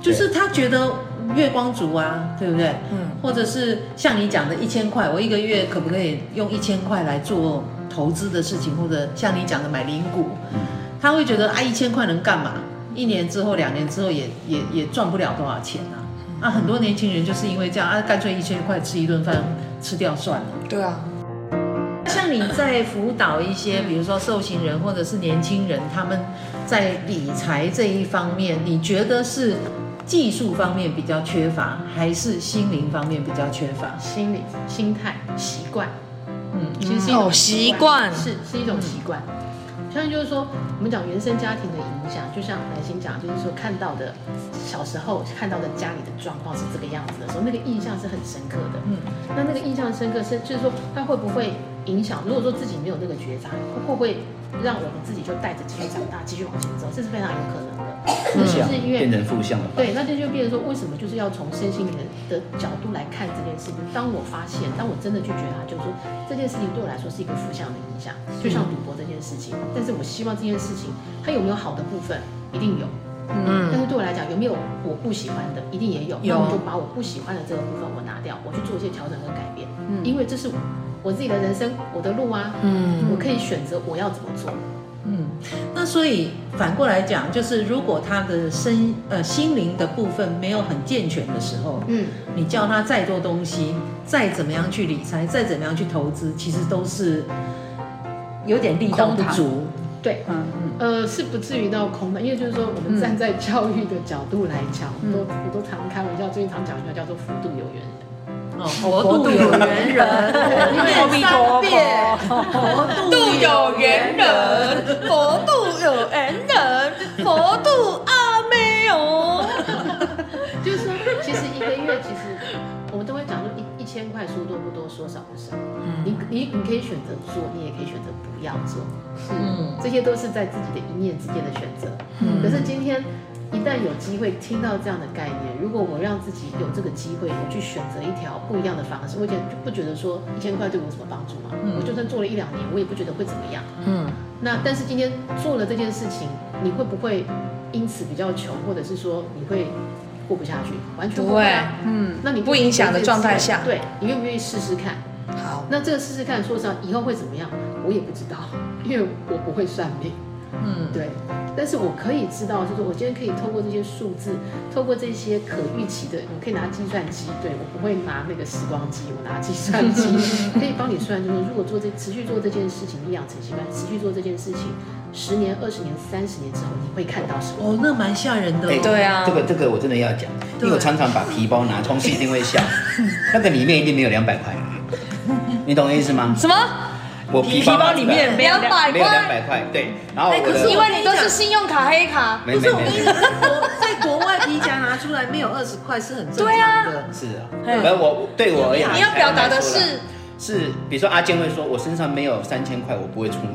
Speaker 4: 就是他觉得月光族啊，对不对？嗯，或者是像你讲的，一千块，我一个月可不可以用一千块来做投资的事情，或者像你讲的买零股，他会觉得啊，一千块能干嘛？一年之后、两年之后也也也赚不了多少钱啊。啊，很多年轻人就是因为这样啊，干脆一千块吃一顿饭吃掉算了。
Speaker 2: 对啊，
Speaker 4: 像你在辅导一些，比如说受刑人或者是年轻人，他们在理财这一方面，你觉得是技术方面比较缺乏，还是心灵方面比较缺乏？
Speaker 5: 心理、心态、习惯，
Speaker 4: 嗯
Speaker 5: 嗯，其实是一
Speaker 2: 哦
Speaker 5: 种
Speaker 2: 习惯
Speaker 5: 是是一种习惯。像就是说，我们讲原生家庭的影响，就像南星讲，就是说看到的小时候看到的家里的状况是这个样子的时候，那个印象是很深刻的。嗯，那那个印象深刻是，就是说它会不会影响？如果说自己没有那个觉察，会不会让我们自己就带着继续长大，继续往前走？这是非常有可能的。
Speaker 3: 负
Speaker 5: 那就
Speaker 3: 向
Speaker 5: 是因为
Speaker 3: 变成负向了吧？
Speaker 5: 对，那这就变成说，为什么就是要从身心灵的的角度来看这件事情？当我发现，当我真的去觉察，就是说这件事情对我来说是一个负向的影响，就像赌博这件事情。但是我希望这件事情它有没有好的部分，一定有。嗯，但是对我来讲，有没有我不喜欢的？一定也有。
Speaker 2: 有
Speaker 5: 那我就把我不喜欢的这个部分我拿掉，我去做一些调整和改变。嗯，因为这是我我自己的人生，我的路啊。嗯，我可以选择我要怎么做。
Speaker 4: 嗯，那所以反过来讲，就是如果他的身呃心灵的部分没有很健全的时候，
Speaker 5: 嗯，
Speaker 4: 你叫他再多东西，再怎么样去理财，再怎么样去投资，其实都是有点力道不足。
Speaker 5: 对，
Speaker 1: 嗯
Speaker 5: 呃，是不至于到空的，因为就是说，我们站在教育的角度来讲，我都我都常开玩笑，最近常讲一句话叫做“福度有缘人”。
Speaker 4: 哦，国度有缘人，
Speaker 5: 你念三
Speaker 1: (laughs)
Speaker 5: 遍，
Speaker 2: 度有缘人，佛度有缘人，佛度阿妹哦。
Speaker 5: 就是说，其实一个月，其实我们都会讲说一一千块数多不多，说少不少。你你你可以选择做，你也可以选择不要做，
Speaker 4: 嗯，
Speaker 5: 这些都是在自己的一念之间的选择。可是今天一旦有机会听到这样的概念，如果我让自己有这个机会，我去选择一条不一样的方式，我觉得就不觉得说一千块对我有什么帮助嘛？我就算做了一两年，我也不觉得会怎么样。
Speaker 4: 嗯，
Speaker 5: 那但是今天做了这件事情，你会不会因此比较穷，或者是说你会过不下去？完全不会、啊。嗯，那你
Speaker 2: 不影响的状态下
Speaker 5: 对你愿不愿意试试看？
Speaker 2: 好，
Speaker 5: 那这个试试看，说实话，以后会怎么样，我也不知道，因为我不会算命。
Speaker 4: 嗯，
Speaker 5: 对，但是我可以知道，就是我今天可以透过这些数字，透过这些可预期的，我可以拿计算机，对我不会拿那个时光机，我拿计算机可以帮你算，就是如果做这持续做这件事情，你养成习惯，持续做这件事情，十年、二十年、三十年之后，你会看到什
Speaker 4: (laughs)
Speaker 5: 么？
Speaker 4: 哦，那蛮吓人的、哦。
Speaker 3: 哎
Speaker 2: 对啊
Speaker 3: 这个这个我真的要讲，因为我常常把皮包拿，同事一定会笑，那个里面一定没有两百块，你懂我意思吗？
Speaker 2: 什么？
Speaker 3: 我皮
Speaker 1: 皮包里面
Speaker 3: 没
Speaker 1: 没有
Speaker 2: 两百
Speaker 3: 有两
Speaker 2: 块？
Speaker 3: 百块，对，然后
Speaker 4: 哎
Speaker 3: 我
Speaker 4: 可是
Speaker 2: 因
Speaker 3: 的
Speaker 4: 我
Speaker 2: 为你都是信用卡黑卡。
Speaker 3: 没
Speaker 4: 不
Speaker 3: 没
Speaker 4: 是我跟
Speaker 3: 没
Speaker 4: 你
Speaker 3: 没
Speaker 4: 讲，哦在国外皮夹拿出来没有二十块是很正
Speaker 2: 对啊
Speaker 4: 常的。
Speaker 3: 是啊，
Speaker 2: 嗯
Speaker 3: 而我对我而言，
Speaker 2: 你要表达的
Speaker 3: 台湾来说
Speaker 2: 是
Speaker 3: 啦。是，比如说阿健会说，我身上没有三千块，我不会出门。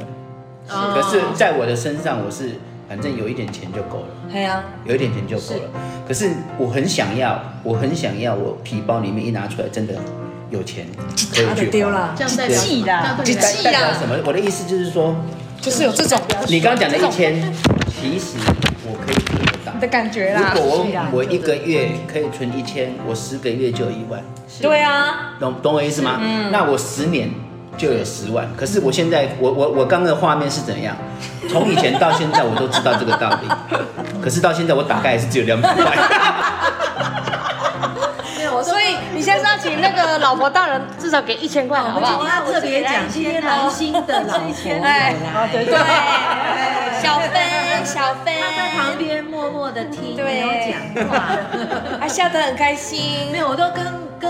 Speaker 4: 哦
Speaker 3: 可是在我的身上，我是反正有一点钱就够了，
Speaker 2: 哎呀，
Speaker 3: 有一点钱就够了。可是我很想要，我很想要，我皮包里面一拿出来，真的有钱可以
Speaker 2: 他
Speaker 3: 去
Speaker 2: 的
Speaker 3: 花
Speaker 2: 丢，了，
Speaker 5: 这样代表
Speaker 1: 记
Speaker 5: 什么
Speaker 1: 啦
Speaker 5: 这样对
Speaker 2: 记
Speaker 5: 你
Speaker 3: 代
Speaker 5: 来
Speaker 2: 记
Speaker 3: 代表
Speaker 2: 啊
Speaker 3: 什么？我的意思就是说，
Speaker 2: 就是有这种
Speaker 3: 你刚刚讲的
Speaker 2: 这
Speaker 3: 一
Speaker 2: 种
Speaker 3: 千，其实我可以做得到。
Speaker 2: 的感觉啦。
Speaker 3: 如果
Speaker 2: 是啊
Speaker 3: 我我一个月可以存一千，我十个月就有一万。
Speaker 2: 对啊，
Speaker 3: 懂懂我意思吗？
Speaker 2: 嗯
Speaker 3: 那我十年就有十万，可是我现在我我我刚刚的画面是怎样？从以前到现在我都知道这个道理，可是到现在我打开还是只有两百
Speaker 2: (laughs)
Speaker 3: 块。
Speaker 2: 所以你现在是要请那个老婆大人至少给一千块，好不好？
Speaker 4: 要特别讲今天蓝心的老婆有来，
Speaker 1: 对
Speaker 2: 对，小芬，小芬，
Speaker 4: 她在旁边默默的听，
Speaker 2: 对
Speaker 4: 没有讲话。 (laughs)
Speaker 2: 还笑得很开心
Speaker 4: 没。有，我都跟跟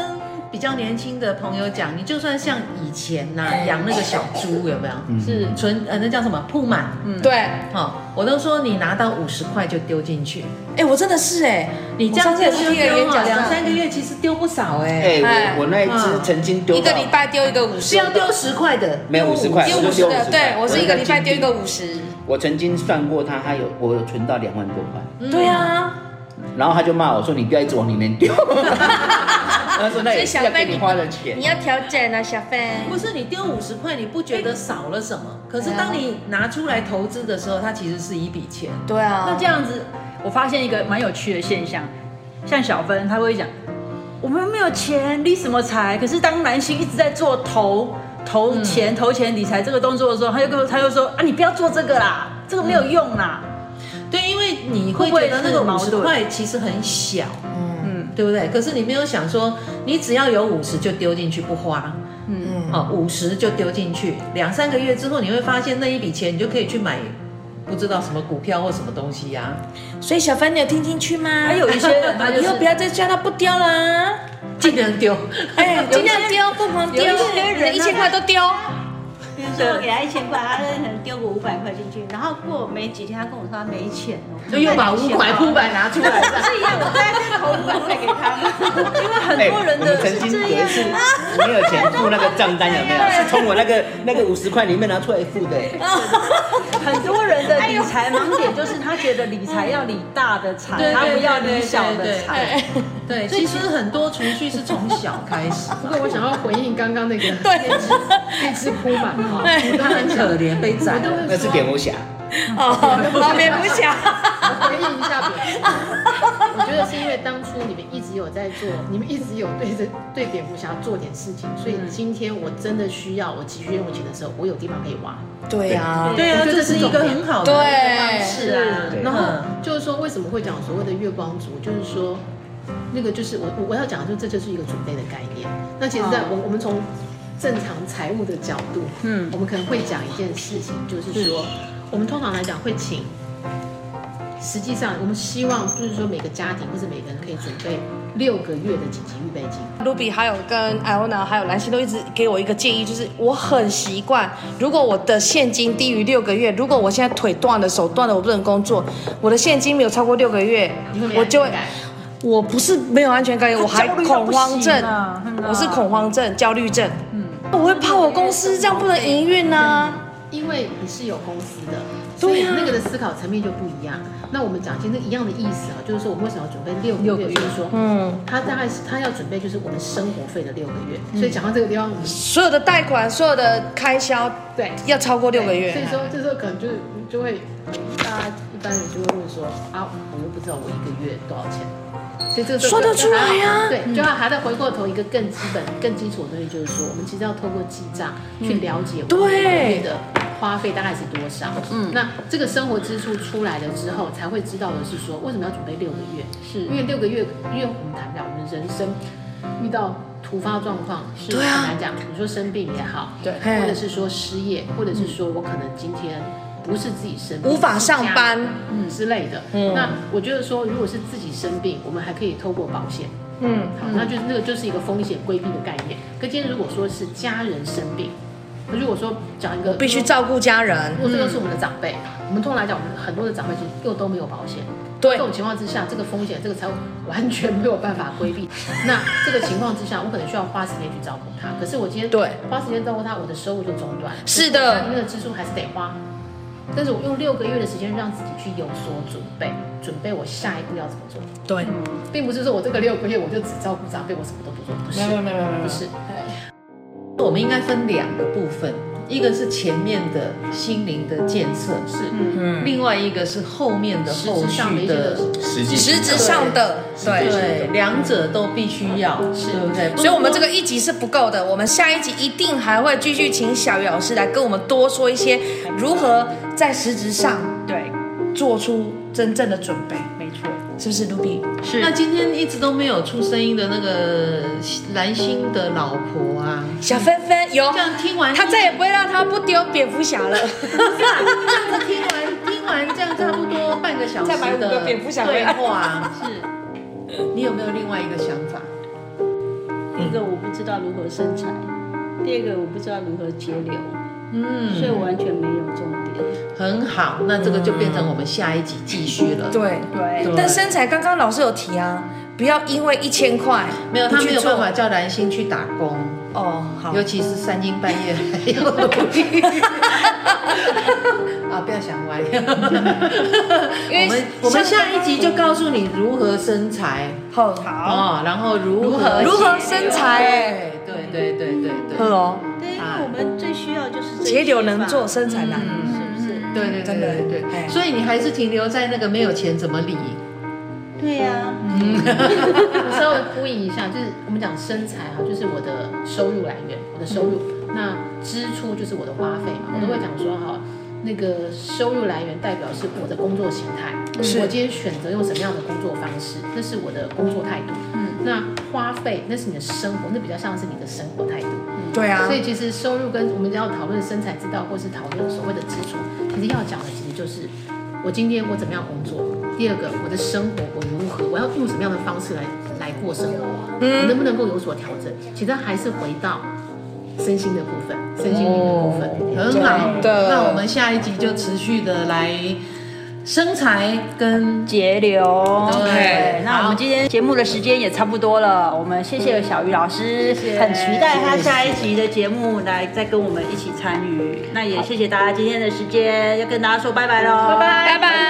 Speaker 4: 比较年轻的朋友讲，你就算像以前呐、养那个小猪有没有？
Speaker 3: 嗯
Speaker 5: 是
Speaker 4: 纯呃那叫什么铺满？嗯，
Speaker 2: 对，哎、
Speaker 4: 哦，我都说你拿到五十块就丢进去，
Speaker 2: 我真的是哎、
Speaker 4: 你这样
Speaker 2: 子
Speaker 4: 子
Speaker 2: 听
Speaker 4: 丢
Speaker 2: 一个演
Speaker 4: 丢
Speaker 2: 讲
Speaker 4: 哦
Speaker 2: 这
Speaker 4: 两
Speaker 2: 样，
Speaker 4: 三个月，其实丢不少哎、
Speaker 3: 哎、
Speaker 2: 哎
Speaker 3: 我我那一只
Speaker 4: 嗯
Speaker 3: 曾经丢
Speaker 2: 一个
Speaker 3: 到
Speaker 2: 礼拜丢一个五
Speaker 4: 是
Speaker 2: 十，
Speaker 4: 要丢十块的，
Speaker 3: 没有五十块，
Speaker 2: 丢
Speaker 3: 我
Speaker 2: 五
Speaker 3: 就
Speaker 2: 十
Speaker 3: 丢五
Speaker 2: 的，
Speaker 3: 十
Speaker 2: 对
Speaker 3: 块。
Speaker 2: 我是一个礼拜丢一个
Speaker 3: 我那金币。
Speaker 2: 五十。
Speaker 3: 我曾经算过他，他有我有存到两万多块，
Speaker 2: 对啊，
Speaker 3: 然后他就骂我说：“你不要一直往里面丢。” (laughs) 他说：“那也是要给你花的钱。”
Speaker 2: 你要调整啊，小芬。
Speaker 4: 不是你丢五十块，你不觉得少了什么？可是当你拿出来投资的时候，它其实是一笔钱。
Speaker 2: 对
Speaker 1: 那
Speaker 2: 啊
Speaker 1: 这，样子，我发现一个蛮有趣的现象，像小芬，她会讲，我们没有钱，理什么财？可是当蓝心一直在做投投
Speaker 6: 嗯
Speaker 1: 钱、投钱理财这个动作的时候，她就跟我她就说啊，你不要做这个啦，这个没有用啦。
Speaker 4: 对，因为你会觉得那个
Speaker 1: 会不会
Speaker 4: 五
Speaker 1: 是
Speaker 4: 十
Speaker 1: 矛盾
Speaker 4: 块其实很小，
Speaker 1: 嗯
Speaker 4: 嗯，对不对？可是你没有想说，你只要有五十就丢进去不花，嗯，好，五十就丢进去，两三个月之后你会发现那一笔钱你就可以去买不知道什么股票或什么东西呀、
Speaker 2: 所以小芬，你有听进去吗？
Speaker 1: 还有一些人她就
Speaker 2: (laughs) 以后
Speaker 1: 是
Speaker 2: 不要再叫他不丢啦。
Speaker 4: 尽量丢。
Speaker 2: 哎，尽量丢，不妨丢，
Speaker 1: 有一些人啊
Speaker 2: 一千块都丢。
Speaker 6: 比如说我给他一千块，他可能丢个五百块进去，然后过没几天他跟我说他没钱了，
Speaker 4: 就又把五百
Speaker 6: (laughs)
Speaker 4: 铺板拿出来，
Speaker 6: 是一样，我再再投五百块给他。
Speaker 1: (laughs) 因为很多人
Speaker 3: 哎我
Speaker 1: 的
Speaker 3: 们曾经有一次没有钱付那个账单，有
Speaker 2: (laughs)
Speaker 3: 没有？是从我那个那个五十块里面拿出来付的。
Speaker 2: 嗯
Speaker 3: 哎
Speaker 1: 很多人的理财盲点就是他觉得理财要理大的财，
Speaker 6: 哎
Speaker 4: 对
Speaker 1: 他不要
Speaker 4: 对
Speaker 1: 理
Speaker 4: 对
Speaker 1: 小
Speaker 4: 对
Speaker 1: 的
Speaker 4: 对
Speaker 1: 财。
Speaker 2: 哦
Speaker 4: 对，其实很多储蓄是从小开 (laughs) 始，
Speaker 5: 不过我想要回应刚刚那个
Speaker 2: 对
Speaker 5: 那只那只铺满哈，
Speaker 4: 我都很可怜被宰
Speaker 5: 我都
Speaker 4: 了。
Speaker 5: 会
Speaker 3: 那是
Speaker 5: 说
Speaker 3: 蝙蝠侠，
Speaker 2: 哦，好，蝙蝠侠，
Speaker 5: 我回应一下蝙 (laughs) 蝠侠，我觉得是因为当初你们一直有在做，你们一直有对着对蝙蝠侠做点事情，所以今天我真的需要我急需用钱的时候，我有地方可以挖。
Speaker 2: 对呀，
Speaker 4: 对啊，这是一个很好的
Speaker 2: 对
Speaker 4: 方式啊。
Speaker 3: 对
Speaker 5: 然后
Speaker 2: 嗯
Speaker 5: 就是说，为什么会讲所谓的月光族？就是说，那个就是我我我要讲的，就这就是一个准备的概念。那其实
Speaker 2: 哦
Speaker 5: 在，我我们从正常财务的角度，嗯，我们可能会讲一件事情，就是说，
Speaker 2: 嗯
Speaker 5: 我们通常来讲会请。实际上，我们希望就是说，每个家庭或者每个人可以准备六个月的紧急预备金。
Speaker 2: 卢比还有跟艾欧娜还有兰心都一直给我一个建议，就是我很习惯，如果我的现金低于六个月，如果我现在腿断了、手断了，我不能工作，我的现金没有超过六个月
Speaker 5: 你会，没
Speaker 2: 我就会
Speaker 5: 安全感，
Speaker 2: 我不是没有安全感，我还恐
Speaker 5: 啊
Speaker 2: 慌症，
Speaker 5: 嗯
Speaker 2: 我是恐慌症、焦虑症，嗯，我会怕我公司这样不能营运啊，
Speaker 5: 因为你是有公司的，所以那个的思考层面就不一样。那我们讲其实一样的意思啊，就是说我们为什么要准备六个月？就是说，嗯，他大概是他要准备就是我们生活费的六个月。所以讲到这个地方，我们
Speaker 2: 所有的贷款、所有的开销
Speaker 5: 对
Speaker 2: 要超过六个月
Speaker 5: 所，以说这时候可能就是就会大家一般人就会问说啊，我又不知道我一个月多少钱。所以这个时候
Speaker 2: 说得出来呀嗯
Speaker 5: 对，就要还在回过头一个更基本、更基础的东西，就是说，我们其实要透过记账去了解我
Speaker 2: 嗯
Speaker 5: 们每个月的花费大概是多少。嗯，那这个生活支出出来了之后，才会知道的是说，为什么要准备六个月？是因为六个月，因为我们谈不了我们人生遇到突发状况，是
Speaker 2: 啊
Speaker 5: 很难讲。你说生病也好，对或者是说失业，或者是说我可能今天。不是自己生病，
Speaker 2: 无法上班
Speaker 5: 是家人嗯之类的。那我觉得说，如果是自己生病，我们还可以透过保险，
Speaker 2: 嗯，
Speaker 5: 好，那就是那个就是一个风险规避的概念。跟今天如果说是家人生病，如果说讲一个
Speaker 2: 必须，照顾家人
Speaker 5: 如，果这个是我们的长辈，我们通常来讲，我们很多的长辈其实又都没有保险。
Speaker 2: 对
Speaker 5: 这种情况之下，这个风险这个财务完全没有办法规
Speaker 4: (laughs)
Speaker 5: 避。那这个情况之下，我可能需要花时间去照顾他，可是我今天
Speaker 2: 对
Speaker 5: 花时间照顾他，我的收入就中断。
Speaker 2: 是的
Speaker 5: 那个支出还是得花。但是我用六个月的时间让自己去有所准备，准备我下一步要怎么做。
Speaker 2: 对。
Speaker 5: 并不是说我这个六个月我就只照顾长辈，我什么都不做，不是，
Speaker 4: 没有没有没有没有
Speaker 5: 不是，
Speaker 4: 我们应该分两个部分，一个是前面的心灵的建设，是，嗯，另外一个是后面的
Speaker 5: 实
Speaker 4: 后
Speaker 5: 质上的
Speaker 4: 续的
Speaker 5: 一些的，
Speaker 3: 实际
Speaker 2: 实质上的对。
Speaker 4: 对，两者都必须要，对不对？
Speaker 2: 所以，我们这个一集是不够的，我们下一集一定还会继续请小雨老师来跟我们多说一些如何在实质上
Speaker 6: 对，
Speaker 2: 做出真正的准备，
Speaker 6: 没错，
Speaker 2: 是不是卢比？
Speaker 5: 嗯
Speaker 6: 是
Speaker 4: 那今天一直都没有出声音的那个蓝心的老婆啊，
Speaker 2: 小芬芬有
Speaker 4: 这，样听完
Speaker 2: 他再也不会让他不丢蝙蝠侠了。
Speaker 4: 这样子听完听完这样差不多半个小时
Speaker 2: 再买五个
Speaker 4: 的
Speaker 2: 蝙蝠侠回
Speaker 4: 对
Speaker 2: 来
Speaker 4: 话，
Speaker 6: 是
Speaker 4: 你有没有另外一个想法？
Speaker 6: 一个我不知道如何生财，第二个我不知道如何节流，嗯，所以我完全没有重点。
Speaker 4: 很好，那这个就变成我们下一集继续了。
Speaker 2: 对，
Speaker 6: 对
Speaker 2: 但身材刚刚老师有提啊，不要因为一千块
Speaker 4: 没有，他
Speaker 2: 不去
Speaker 4: 没有
Speaker 2: 做
Speaker 4: 办法叫蓝心去打工，
Speaker 2: 哦。好
Speaker 4: 尤，其是三更半夜还有 (laughs) 啊，不要想歪。
Speaker 2: (laughs) 因
Speaker 4: 我们我们下一集就告诉你如何生财
Speaker 2: 好好
Speaker 4: 哦，然后如何
Speaker 2: 如何生财？
Speaker 4: 对对对对对对
Speaker 2: 呵哦，
Speaker 6: 对，因为我们最需要就是这些
Speaker 2: 节流能
Speaker 6: 吧
Speaker 2: 做，身材难。
Speaker 1: 嗯
Speaker 6: 是不是？
Speaker 4: 对对对
Speaker 2: 真的
Speaker 4: 对对
Speaker 2: 哎
Speaker 4: 对，所以你还是停留在那个没有钱怎么理？
Speaker 6: 对呀，
Speaker 5: (laughs) 我稍微呼应一下，就是我们讲身材哈，就是我的收入来源，我的收入，那支出就是我的花费嘛，我都会讲说哈。那个收入来源代表是我的工作形态，我今天选择用什么样的工作方式，那是我的工作态度。嗯，那花费那是你的生活，那比较像是你的生活态度。
Speaker 2: 对啊
Speaker 5: 所，以其实收入跟我们要讨论生财之道，或是讨论所谓的支出，其实要讲的其实就是我今天我怎么样工作，第二个我的生活我如何，我要用什么样的方式来来过生活，
Speaker 2: 嗯
Speaker 5: 我能不能够有所调整？其实还是回到身心的部分，身心灵的
Speaker 2: 哦
Speaker 5: 部分。
Speaker 4: 很好
Speaker 2: 真的
Speaker 4: 那我们下一集就持续的来生财跟
Speaker 1: 节流。
Speaker 4: 对
Speaker 1: 那我
Speaker 4: 好
Speaker 1: 们今天节目的时间也差不多了，我们谢谢小鱼老师，很期待他下一集的节目来再跟我们一起参与。那也谢谢大家今天的时间，要跟大家说拜拜喽，拜拜。
Speaker 2: 拜拜。